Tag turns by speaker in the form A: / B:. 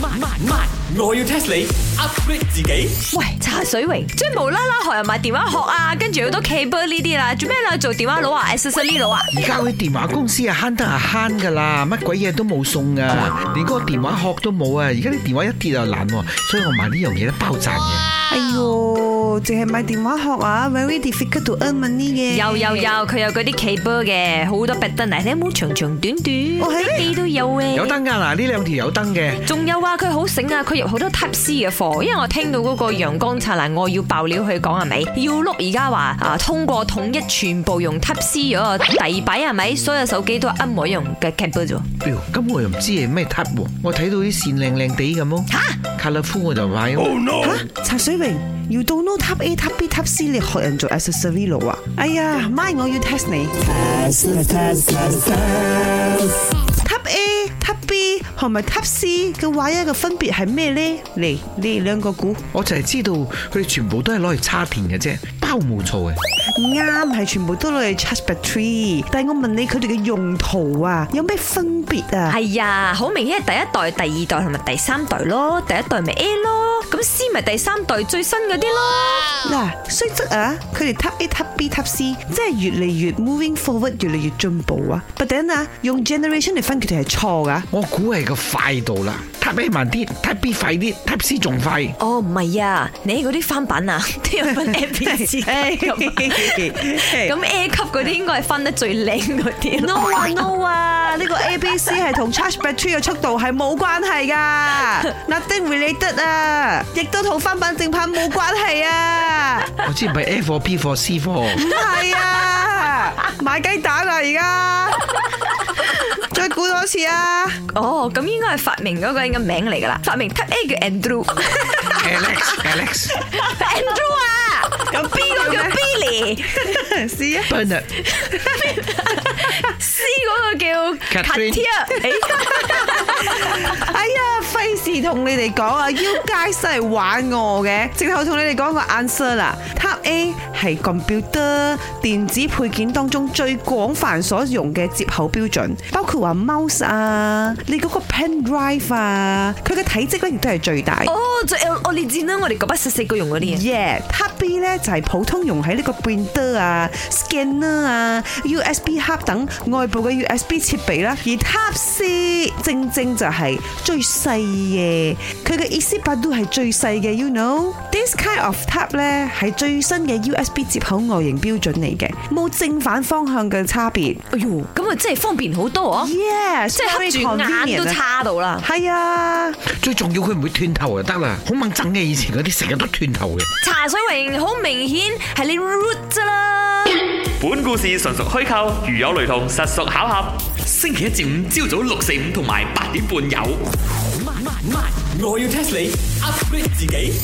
A: 慢慢慢，我要 test 你 upgrade 自己。
B: 喂，茶水榮，即係無啦啦學人買電話殼啊，跟住好多 cable 呢啲啦，做咩啦？做電話佬啊，accessory 佬啊？
C: 而家嗰啲電話公司啊，慳得啊慳噶啦，乜鬼嘢都冇送噶，連嗰個電話殼都冇啊！而家啲電話一跌就爛喎，所以我買呢樣嘢都包賺嘅。
D: 哎喲，淨係買電話殼啊，very difficult to earn money 嘅。
B: 有有有，佢有嗰啲 cable 嘅，好多 button 嚟，你有冇長長短短？
D: 哦係咩
B: 機都有嘅。
C: 有燈噶嗱，呢兩條有燈嘅，
B: 仲有啊，佢好醒啊，佢入好多 Type C 嘅貨，因為我聽到嗰個陽光燦爛，我要爆料佢講係咪？要碌而家話啊，通過統一全部用 Type C 嗰個底擺係咪？所有手機都係一模一樣嘅 cable 啫喎。
C: 哎呦咁我又唔知係咩 type 喎，我睇到啲線靚靚地咁咯，colourful 我就買咯。
D: 吓，茶水榮，you don't know type A、type B、type C，你學人做 accessory 佬啊？哎呀，my 我要 test 你。type A、type B 同埋 type C 嘅 wire 嘅分別係咩咧？嚟，你哋兩個估
C: 我就係知道佢哋全部都係攞嚟叉電嘅啫，包冇錯嘅。
D: 啱係全部都攞嚟 charge battery，但係我問你佢哋嘅用途啊，有咩分別 啊？
B: 係啊，好明顯係第一代、第二代同埋第三代咯，第一代咪 A 咯，咁 C 咪第三代最新嗰啲咯。
D: 嗱，雖則啊，佢哋 Type A、Type B、Type C，即係越嚟越 moving forward，越嚟越進步啊。But then 啊，用 generation 嚟分佢哋係錯噶。
C: 我估係個快度啦，type A 慢啲，type B 快啲，type C 仲快。
B: 哦，唔係啊，你嗰啲翻版啊， 都有分 A、B、C 咁啊。咁 A 級嗰啲應該係分得最靚嗰啲咯。
D: no 啊 no 啊，呢個 A B C 係同 charge battery 嘅速度係冇關係噶，nothing related 啊，亦都同翻版正版冇關係啊，
C: 我知唔係 A 貨 B 貨 C 貨，
D: 唔係啊，買雞蛋啊而家，再估多次 啊！
B: 哦，咁應該係發明嗰個人嘅名嚟㗎啦，發明 Type A 叫 Andrew，Andrew
C: Alex Alex
B: 啊，咁 B 個叫 Billy，C
D: 試啊！
C: Bernard
B: 嗰個叫
C: Catherine
B: Katia，哎
D: 哎呀，費事同你哋講啊，You guys 真係玩我嘅，直頭同你哋講個 answer 啦。Type A 係 computer 電子配件當中最廣泛所用嘅接口標準，包括話 mouse 啊，你嗰個 pen drive 啊，佢嘅體積咧亦都係最大。
B: 哦，仲有我列戰啦，我哋嗰班細細個用嗰啲嘢。
D: Yeah，Type B 咧就係普通用喺呢個 printer 啊、scanner 啊、USB hub 等外部嘅 USB 設備啦，而 Type C 正正就係最細嘅，佢嘅 EC 八都係最細嘅，you know。This kind of Type 咧係最新嘅 USB 接口外形標準嚟嘅，冇正反方向嘅差別。
B: 哎呦，咁啊真係方便好多啊！
D: Yeah，
B: 即係黑住眼都。
D: 啊
B: 叉到啦，
D: 係啊，
C: 最重要佢唔會斷頭啊就得啦，好猛憎嘅以前嗰啲成日都斷頭嘅。
B: 茶水榮好明顯係你 root 啫啦。
E: 本故事純屬虛構，如有雷同，實屬巧合。星期一至五朝早六四五同埋八點半有。
A: 慢慢慢，我要 test 你 upgrade 自己。